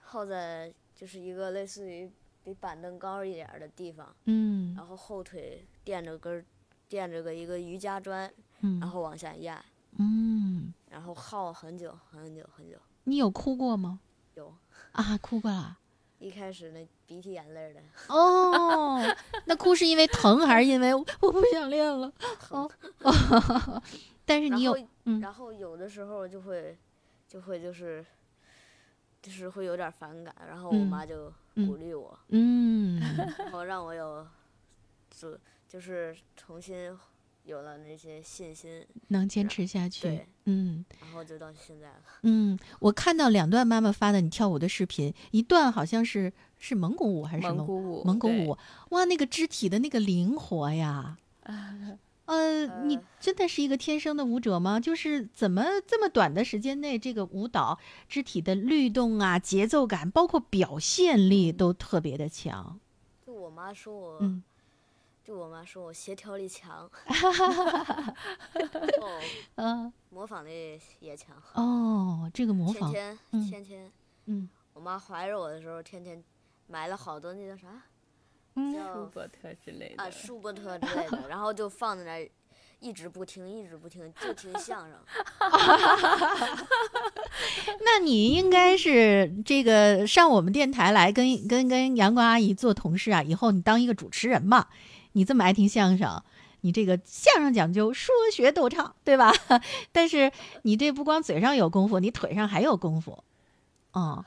D: 耗在就是一个类似于比板凳高一点儿的地方，
C: 嗯
D: 然后后腿垫着根儿，垫着个一个瑜伽砖，然
C: 嗯
D: 后往下压，
C: 嗯，
D: 然后耗很久很久很久。
C: 你有哭过吗？
D: 有
C: 啊，哭过了。
D: 一开始那鼻涕眼泪儿的，
C: 哦，那哭是因为疼还是因为我我不想练了？哦， 但是
D: 然
C: 你有
D: 后
C: 嗯
D: 然后有的时候就会就会就是就是会有点儿反感，然后我
C: 嗯
D: 妈就
C: 嗯
D: 鼓励我，
C: 嗯
D: 然后让我有就就是重新有了那些信心，
C: 能坚持下去
D: 对，
C: 嗯。
D: 然后就到现在了。
C: 嗯，我看到两段妈妈发的你跳舞的视频，一段好像是是蒙古舞还是什么舞？
E: 蒙古舞，
C: 蒙古
E: 对，
C: 舞，哇，那个肢体的那个灵活呀！呃，你
D: 呃
C: 真的是一个天生的舞者吗？就是怎么这么短的时间内，这个舞蹈肢体的律动啊、节奏感，包括表现力都特别的强。
D: 就我妈说我，
C: 嗯
D: 就我妈说我协调力强，然后
C: 嗯、
D: 模仿力也强。
C: 哦，这个模
D: 天
C: 仿，
D: 天
C: 嗯
D: 天天，
C: 嗯
D: 我妈怀着我的时候，天天买了好多那叫啥，
E: 舒
C: 嗯
D: 叫
E: 伯特之类的。
D: 嗯啊舒伯特之类的，然后就放在那儿，一直不听，一直不听，就听相声。
C: 那你应该是这个上我们电台来跟跟跟阳光阿姨做同事啊，以后你当一个主持人吧。你这么爱听相声，你这个相声讲究说学逗唱，对吧？ 但是你这不光嘴上有功夫，你腿上还有功夫，嗯。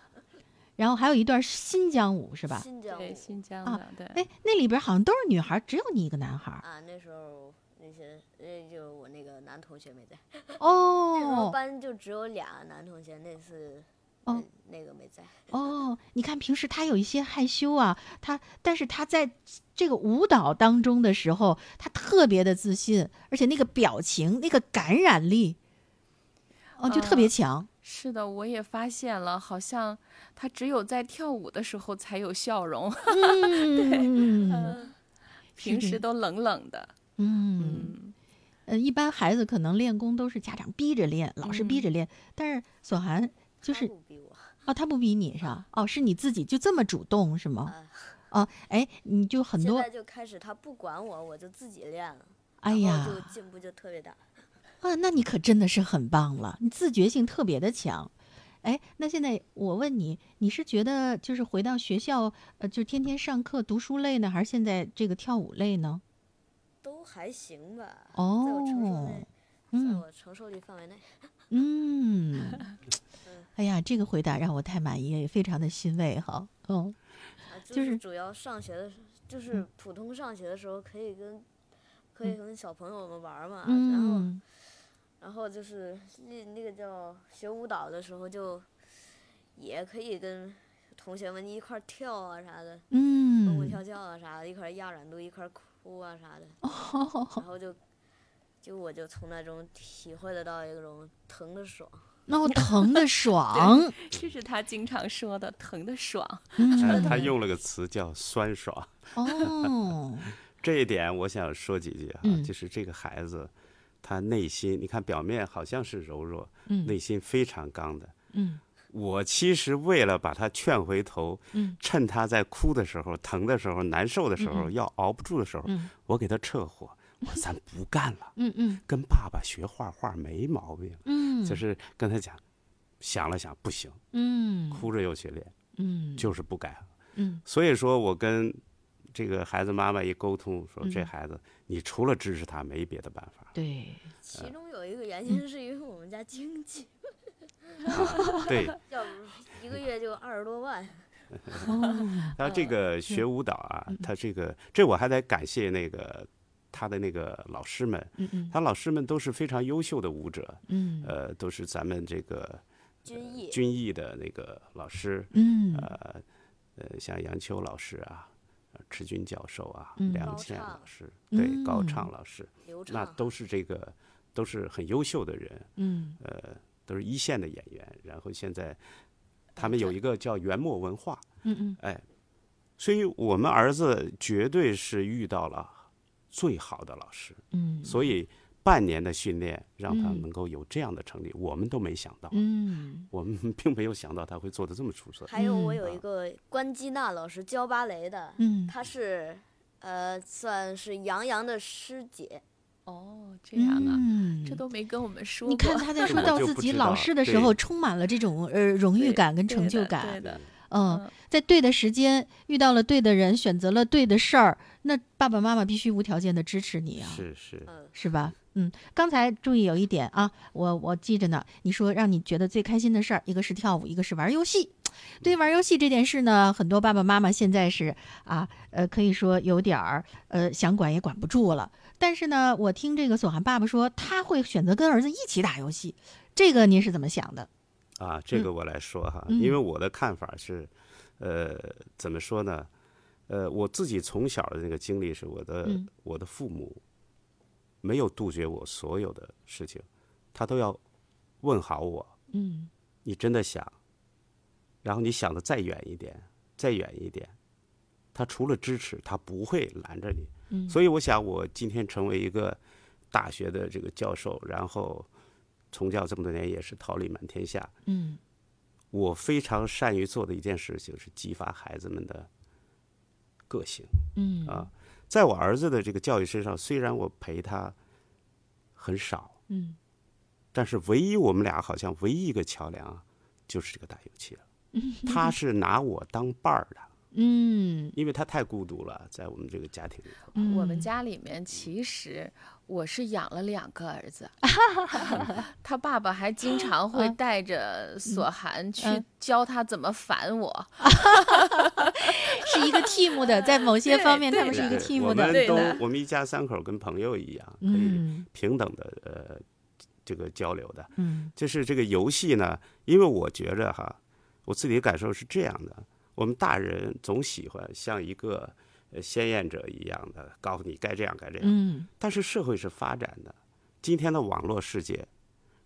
C: 然后还有一段新疆舞是吧？
D: 新疆
E: 对，
D: 舞
E: 新疆
C: 啊
E: 的，对，
C: 哎，那里边好像都是女孩，只有你一个男孩。
D: 啊，那时候那些那就我那个男同学没在，那时候
C: 哦
D: 班就只有俩男同学，那次。
C: 哦
D: 嗯那个没在，
C: 哦，你看平时他有一些害羞啊，他但是他在这个舞蹈当中的时候，他特别的自信，而且那个表情、那个感染力，哦，就特别
E: 啊
C: 强。
E: 是的，我也发现了，好像他只有在跳舞的时候才有笑容。
C: 嗯，
E: 平时都冷冷的。
C: 嗯，
E: 嗯，
C: 呃，一般孩子可能练功都是家长逼着练，老师逼着练，但是索涵就是
D: 他不比我，
C: 哦，他不逼你是吧？哦，是你自己就这么主动是吗？哦，哎，你就很
D: 啊现
C: 多
D: 在，就开始他不管我，我就自己练了，
C: 哎
D: 然
C: 呀
D: 后就进步就特别大。
C: 啊，那你可真的是很棒了，你自觉性特别的强。哎，那现在我问你，你是觉得就是回到学校，呃，就天天上课读书类呢，还是现在这个跳舞类呢？
D: 都还行吧，
C: 哦
D: 在我承受内，在
C: 嗯
D: 我承受力范围内。
C: 嗯，哎呀，这个回答让我太满意了，也非常的欣慰哈。嗯
D: 啊，
C: 就嗯
D: 就是是主要上学的时，就是普通上学的时候可以跟，可以跟小朋友们玩儿嘛，啊然后
C: 嗯
D: 然后就是那那个叫学舞蹈的时候就，也可以跟同学们一块儿跳啊啥的，蹦蹦
C: 嗯，
D: 跳跳啊啥的，一块儿压软度，一块儿哭啊啥的，然后就。就我就从那中体会得到一种疼的爽，
C: 那我疼的 爽，
E: 这是他经常说的，疼的爽。
F: 他哎他
C: 嗯
F: 用了个词叫酸爽，
C: 哦，
F: 这一点我想说几句哈、
C: 嗯
F: 就是这个孩子，他内心，你看表面好像是柔弱，
C: 嗯
F: 内心非常刚的。
C: 嗯
F: 我其实为了把他劝回头，
C: 嗯
F: 趁他在哭的时候、疼的时候、难受的时候、要熬不住的时候，
C: 嗯
F: 我给他撤火，我说咱不干了，
C: 嗯嗯
F: 跟爸爸学画画没毛病。
C: 嗯，
F: 就是跟他讲，想了想不行，
C: 嗯
F: 哭着又去练，
C: 嗯
F: 就是不改。
C: 嗯
F: 所以说我跟这个孩子妈妈一沟通，说
C: 嗯
F: 这孩子，你除了支持他，没别的办法。
C: 对，
D: 其中有一个原因是因为我们家经济，
F: 对，
D: 要不一个月就二十多万，
C: 哦
F: 他这个学
C: 嗯
F: 舞蹈啊，他这个这我还得感谢那个他的那个老师们，
C: 嗯嗯
F: 他老师们都是非常优秀的舞者，
C: 嗯
F: 呃，都是咱们这个
D: 军艺
F: 军艺的那个老师，
C: 嗯
F: 呃呃，像杨秋老师啊。呃池军教授啊，
C: 嗯
F: 梁
D: 高
F: 倩
D: 畅
F: 老师，对高
C: 嗯
F: 畅老师，
D: 流畅。
F: 那都是这个都是很优秀的人，
C: 嗯
F: 呃，都是一线的演员。然后现在他们有一个叫元末文化，
C: 嗯嗯
F: 哎，所以我们儿子绝对是遇到了最好的老师，
C: 嗯，
F: 所以半年的训练让他
C: 嗯
F: 能够有这样的成绩，我们都没想到，
C: 嗯
F: 我们并没有想到他会做的这么出 色。
D: 还有我
C: 嗯
D: 有一个关基娜老师教芭蕾的，
C: 嗯
D: 她是呃算是杨洋的师姐，
E: 哦，这样啊，
C: 嗯
E: 这都没跟我们说过。
C: 你看他在
F: 这
C: 说
F: 我
C: 到
F: 就
C: 自
F: 不
C: 己
F: 知
C: 老
F: 道
C: 师的时
F: 对
C: 候，充满了这种呃荣
E: 对
C: 誉感跟成
E: 对
C: 就
E: 的对
C: 感。
E: 的，
C: 嗯，
E: 嗯，
C: 在对的时间遇到了对的人，选择了对的事儿，那爸爸妈妈必须无条件的支持你啊，
F: 是是，
D: 嗯，
C: 是吧？嗯，刚才注意有一点啊，我我记着呢。你说让你觉得最开心的事儿，一个是跳舞，一个是玩儿游戏。对于玩儿游戏这件事呢，很多爸爸妈妈现在是啊，呃，可以说有点儿呃想管也管不住了。但是呢，我听这个索涵爸爸说，他会选择跟儿子一起打游戏，这个您是怎么想的？
F: 啊，这
C: 嗯
F: 个我来说哈，
C: 嗯
F: 因为我的看法是，呃，怎么说呢？呃，我自己从小的那个经历是我的、
C: 嗯
F: 我的父母没有杜绝我所有的事情，他都要问好我，
C: 嗯
F: 你真的想，然后你想的再远一点，再远一点，他除了支持，他不会拦着你。
C: 嗯
F: 所以我想，我今天成为一个大学的这个教授，然后从教这么多年也是桃李满天下，
C: 嗯
F: 我非常善于做的一件事情是激发孩子们的个性。
C: 嗯
F: 啊在我儿子的这个教育身上，虽然我陪他很少，
C: 嗯
F: 但是唯一我们俩好像唯一一个桥梁啊，就是这个打游 戏了。他是拿我当伴儿的，
C: 嗯
F: 因为他太孤独了，在我们这个家庭里头。
E: 我们家里面其实我是养了两个 儿子，他爸爸还经常会带着索涵去
C: 啊嗯
E: 教他怎么烦我。
C: 是一个 team 的，在某些方面他们是一个
F: 对
C: team
F: 我
C: 的，
F: 们
E: 对
F: 都
E: 的
F: 我们一家三口跟朋友一样，可以
C: 嗯
F: 平等的呃这个交流的。
C: 嗯
F: 就是这个游戏呢，因为我觉着哈，我自己的感受是这样的：我们大人总喜欢像一个呃先验者一样的告诉你该这样该这样，
C: 嗯
F: 但是社会是发展的，今天的网络世界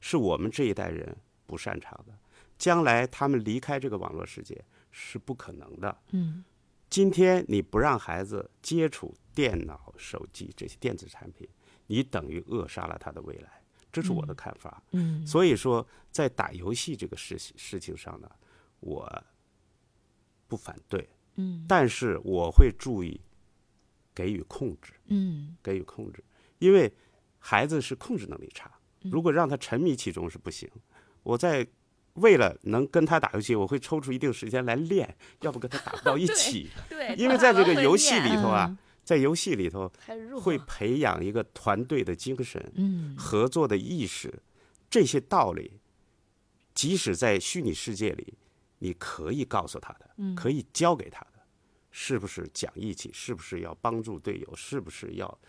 F: 是我们这一代人不擅长的，将来他们离开这个网络世界是不可能的。
C: 嗯
F: 今天你不让孩子接触电脑、手机这些电子产品，你等于扼杀了他的未来。这是我的看法。
C: 嗯，
F: 所以说，在打游戏这个事情事情上呢，我不反对，
C: 嗯
F: 但是我会注意给予控制，
C: 嗯
F: 给予控制，因为孩子是控制能力差，如果让他沉迷其中是不行。我在为了能跟他打游戏，我会抽出一定时间来练，要不跟他打不到一
E: 对
F: 起。
E: 对，
F: 因为
E: 他
F: 在这
E: 们
F: 个
E: 会
F: 游戏
E: 念
F: 里头啊
C: 嗯，
F: 在游戏里头
D: 太弱
F: 会培养一个团队的精神，
C: 嗯
F: 合作的意识，这些道理，即使在虚拟世界里，你可以告诉他的，可以教给他的，是不是讲义气？是不是要帮助队友？是不是要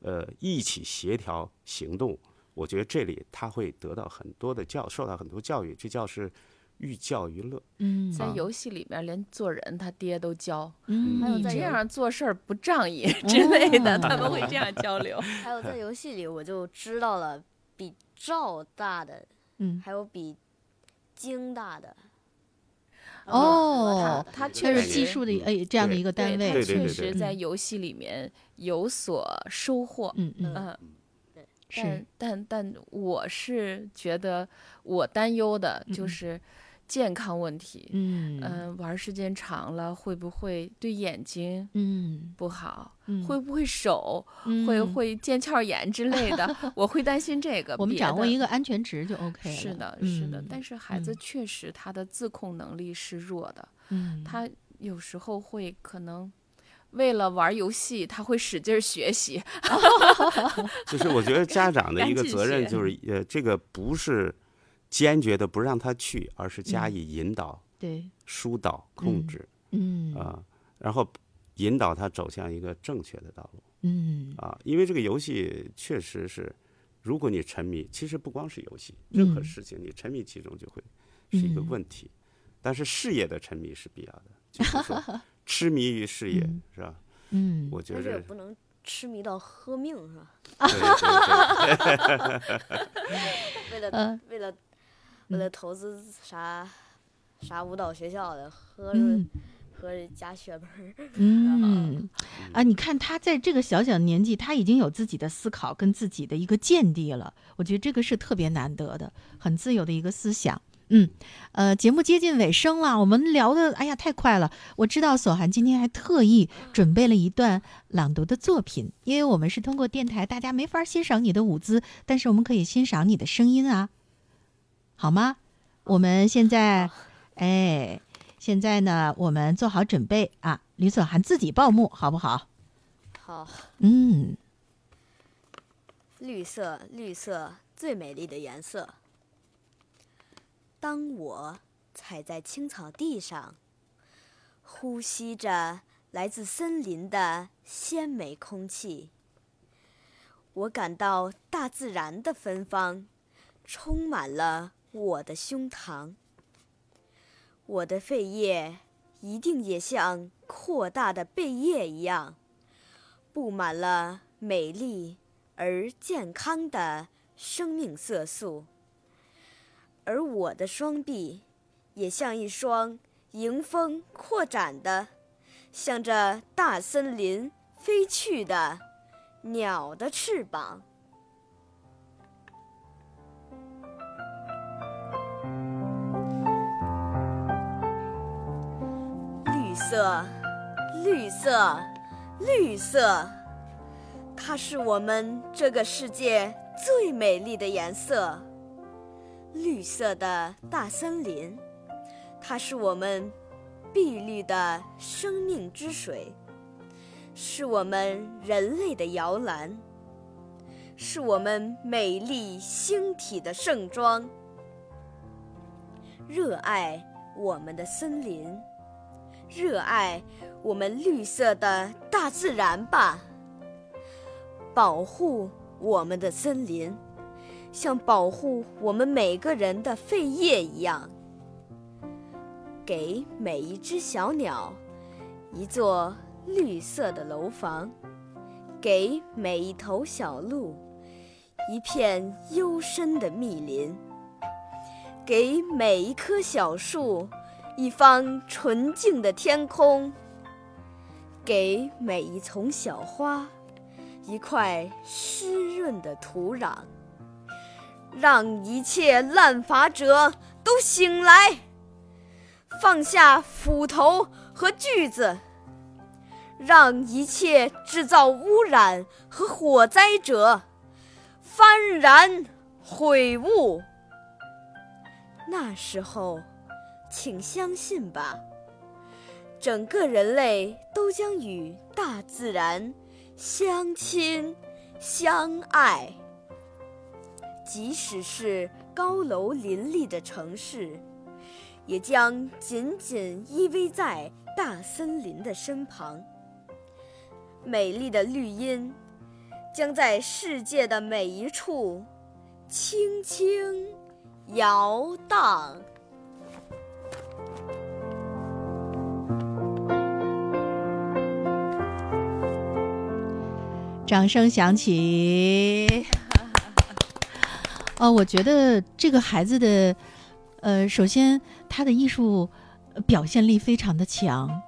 F: 呃一起协调行动？我觉得这里他会得到很多的教，受到很多教育，这叫是寓教于乐。
C: 嗯
E: 在
F: 啊
E: 游戏里面连做人他爹都教，
C: 嗯，
E: 还有
C: 你
E: 这
C: 这
E: 样做事儿不仗义之类 的，他们会这样交流。
D: 还有在游戏里，我就知道了比赵大的，
C: 嗯
D: 还有比京大的。啊
C: 哦，
E: 他
C: 它
E: 确
C: 是
E: 实
C: 技术的哎这样的一个单
E: 对
C: 位
E: 他，确
F: 嗯对
E: 实
F: 对
E: 在游戏里面有所收获。
C: 嗯嗯
E: 嗯，
C: 是，
E: 但但但我是觉得我担忧的
C: 嗯
E: 就
C: 嗯
E: 是健康问题。
C: 嗯
E: 嗯，玩儿时间长了会不会对眼睛
C: 嗯
E: 不好？
C: 嗯，
E: 会不会手
C: 嗯
E: 会会腱鞘炎之类的？我会担心这个。
C: 我们
E: 别
C: 掌握
E: 的
C: 一个安全值就 OK 了。
E: 是的，是的，但
C: 是
E: 是孩子
C: 嗯
E: 确实他的自控能力是弱的，
C: 嗯，
E: 他有时候会可能为了玩儿游戏，他会使劲儿学习，
F: 就是我觉得家长的
E: 赶
F: 一个
E: 紧
F: 责任
E: 学
F: 就是，呃，这个不是坚决的不让他去，而是加
C: 嗯
F: 以引导、
C: 对，
F: 疏导、控
C: 嗯
F: 制
C: 嗯
F: 啊、然后引导他走向一个正确的道路
C: 嗯
F: 啊、因为这个游戏确实是，如果你沉迷，其实不光是游戏，任何
C: 嗯
F: 事情你沉迷其中就会是一个
C: 嗯
F: 问题。但是事业的沉迷是必要的，就 是说痴迷于事业、
C: 嗯
F: 是吧？
C: 嗯，
F: 我觉
D: 但
F: 得
D: 是也不能痴迷到喝命是吧？
F: 对 对对
D: 为了、
C: 嗯
D: 为了为了投资啥啥舞蹈学校的，喝着、
C: 嗯
D: 喝着加血本儿，
C: 嗯啊，你看他在这个小小的年纪，他已经有自己的思考跟自己的一个见地了，我觉得这个是特别难得的，很自由的一个思想。嗯，呃，节目接近尾声了，我们聊的，哎呀，太快了。我知道索涵今天还特意准备了一段朗读的作品，因为我们是通过电台，大家没法欣赏你的舞姿，但是我们可以欣赏你的声音啊，好吗？我们现在，哎，现在呢，我们做好准备啊，吕索涵自己报幕，好不好？
D: 好。
C: 嗯
D: 绿色，绿色，最美丽的颜色。当我踩在青草地上，呼吸着来自森林的鲜美空气，我感到大自然的芬芳充满了我的胸膛。我的肺叶一定也像扩大的贝叶一样，布满了美丽而健康的生命色素，而我的双臂也像一双迎风扩展的、向着大森林飞去的鸟的翅膀。绿色，绿色，绿色。它是我们这个世界最美丽的颜色，绿色的大森林，它是我们碧绿的生命之水，是我们人类的摇篮，是我们美丽星体的盛装。热爱我们的森林，热爱我们绿色的大自然吧。保护我们的森林，像保护我们每个人的肺叶一样，给每一只小鸟一座绿色的楼房，给每一头小鹿一片幽深的密林，给每一棵小树一方纯净的天空，给每一丛小花一块湿润的土壤，让一切滥伐者都醒来，放下斧头和锯子，让一切制造污染和火灾者幡然悔悟。那时候，请相信吧。整个人类都将与大自然相亲相爱，即使是高楼林立的城市，也将紧紧依偎在大森林的身旁。美丽的绿荫将在世界的每一处轻轻摇荡。
C: 掌声响起。 哦，我觉得这个孩子的，呃，首先他的艺术呃表现力非常的强，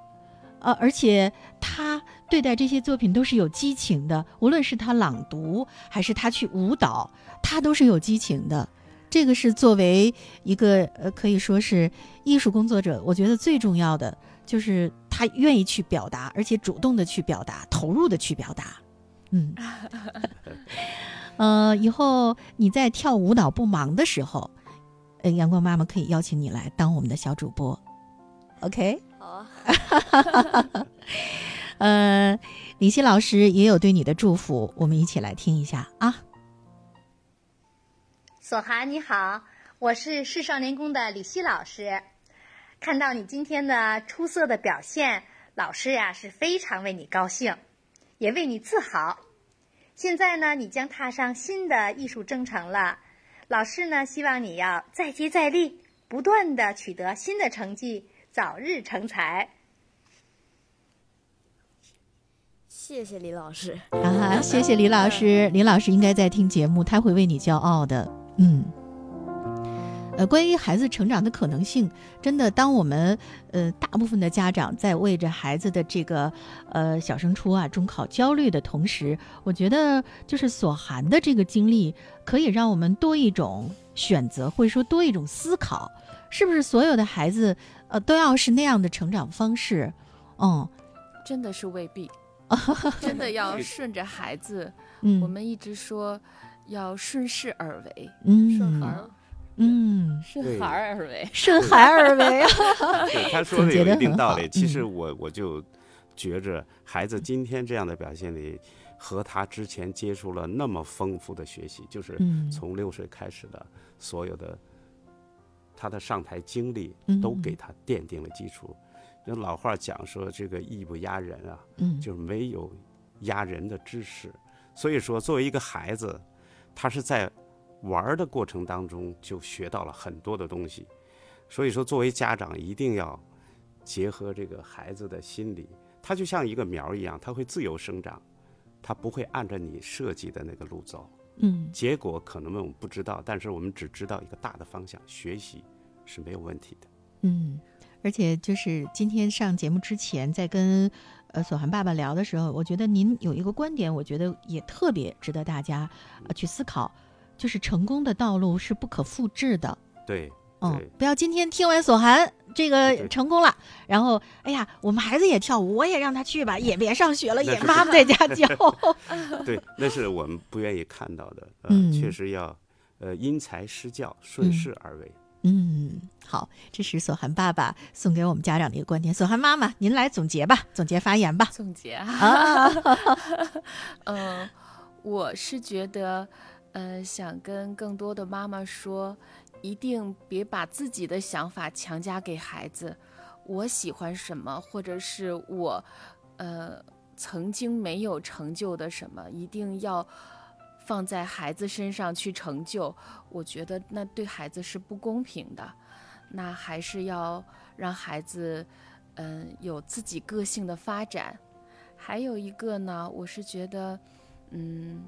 C: 呃，而且他对待这些作品都是有激情的，无论是他朗读还是他去舞蹈，他都是有激情的。这个是作为一个呃，可以说是艺术工作者，我觉得最重要的就是他愿意去表达，而且主动的去表达，投入的去表达。嗯，呃，以后你在跳舞蹈不忙的时候，呃，阳光妈妈可以邀请你来当我们的小主播，OK？
D: 好啊，
C: 呃，李希老师也有对你的祝福，我们一起来听一下啊。
G: 索涵你好，我是市少年宫的李希老师。看到你今天的出色的表现，老师呀、是非常为你高兴，也为你自豪。现在呢，你将踏上新的艺术征程了。老师呢，希望你要再接再厉，不断的取得新的成绩，早日成才。
D: 谢谢李老师。
C: 啊，谢谢李老师，李老师应该在听节目，他会为你骄傲的。嗯，呃，关于孩子成长的可能性，真的，当我们呃大部分的家长在为着孩子的这个呃小升初啊、中考焦虑的同时，我觉得就是所含的这个经历，可以让我们多一种选择，或者说多一种思考，是不是所有的孩子呃都要是那样的成长方式？嗯
E: 真的是未 必，真的要顺着孩子。
C: 嗯，
E: 我们一直说要顺势而为，
C: 嗯
E: 而
C: 嗯。
E: 顺孩儿而为。
C: 顺孩而为啊。
F: 对，他说的
C: 总结
F: 有
C: 得
F: 一定
C: 很
F: 道
C: 好
F: 理。其实
C: 嗯
F: 我我就觉着孩子今天这样的表现里，和他之前接触了那么丰富的学习，就是
C: 嗯
F: 从六岁开始的所有的他的上台经历，都
C: 嗯
F: 给他奠定了基础。人老话讲说这个艺不压人啊，
C: 嗯
F: 就是没有压人的知识。所以说，作为一个孩子，他是在玩儿的过程当中就学到了很多的东西。所以说，作为家长一定要结合这个孩子的心理，他就像一个苗儿一样，他会自由生长，他不会按照你设计的那个路走。
C: 嗯
F: 结果可能我们不知道，但是我们只知道一个大的方向，学习是没有问题的。
C: 嗯，而且就是今天上节目之前，在跟呃索涵爸爸聊的时候，我觉得您有一个观点，我觉得也特别值得大家呃去思考，就是成功的道路是不可复制的。
F: 对，
C: 嗯
F: 对，
C: 不要今天听完索涵这个
F: 对
C: 成功了，然后哎呀，我们孩子也跳舞，我也让他去吧，也别上学了，
F: 那
C: 也
F: 是
C: 妈妈在家 教。
F: 对，那是我们不愿意看到的。呃，
C: 嗯
F: 确实要，呃，因材施教，顺
C: 嗯
F: 势而为。
C: 嗯，好，这是索涵爸爸送给我们家长的一个观点。索涵妈妈，您来总结吧，总结发言吧。
E: 总结啊， 嗯，我是觉得，嗯，想跟更多的妈妈说，一定别把自己的想法强加给孩子。我喜欢什么，或者是我，呃，曾经没有成就的什么，一定要放在孩子身上去成就。我觉得那对孩子是不公平的，那还是要让孩子，嗯，有自己个性的发展。还有一个呢，我是觉得，嗯，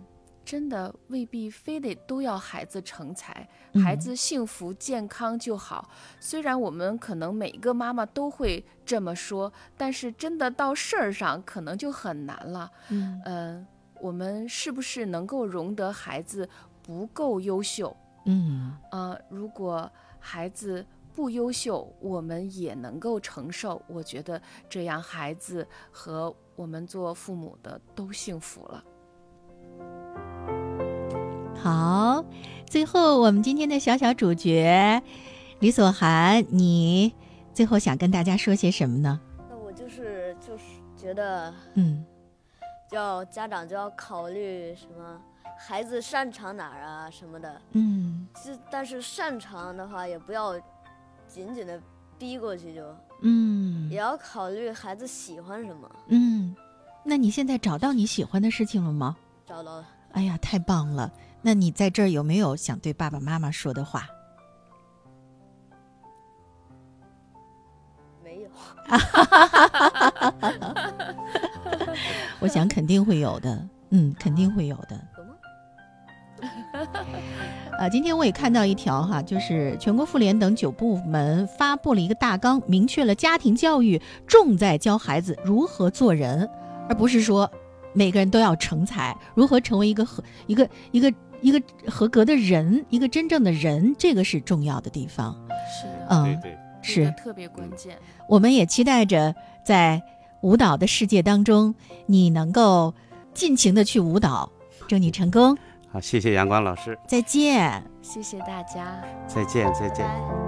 E: 真的未必非得都要孩子成才，
C: 嗯
E: 孩子幸福健康就好。虽然我们可能每一个妈妈都会这么说，但是真的到事儿上可能就很难了。
C: 嗯
E: 嗯，我们是不是能够容得孩子不够优秀？
C: 嗯
E: 呃，如果孩子不优秀，我们也能够承受。我觉得这样，孩子和我们做父母的都幸福了。
C: 好，最后我们今天的小小主角李所涵，你最后想跟大家说些什么呢？
D: 那我就是就是觉得，
C: 嗯
D: 要家长就要考虑什么孩子擅长哪儿啊什么的。
C: 嗯
D: 就但是擅长的话，也不要紧紧的逼过去就，也
C: 嗯
D: 要考虑孩子喜欢什么。
C: 嗯，那你现在找到你喜欢的事情了吗？
D: 找到了，
C: 哎呀，太棒了！那你在这儿有没有想对爸爸妈妈说的 话？
D: 没有？
C: 我想肯定会有的，嗯，肯定会有的。
D: 有吗？
C: 呃，今天我也看到一条哈，就是全国妇联等九部门发布了一个大纲，明确了家庭教育重在教孩子如何做人，而不是说每个人都要成才，如何成为一个合一个一个一个合格的人，一个真正的人，这个是重要的地方。
E: 是的，嗯
C: 嗯
F: 对，对，
E: 这个
C: 是，
E: 特别关键。
C: 我们也期待着在舞蹈的世界当中，你能够尽情的去舞蹈，祝你成功，
F: 好，谢谢阳光老师，
C: 再见。
E: 谢谢大家。
F: 再见，再见。
D: 拜拜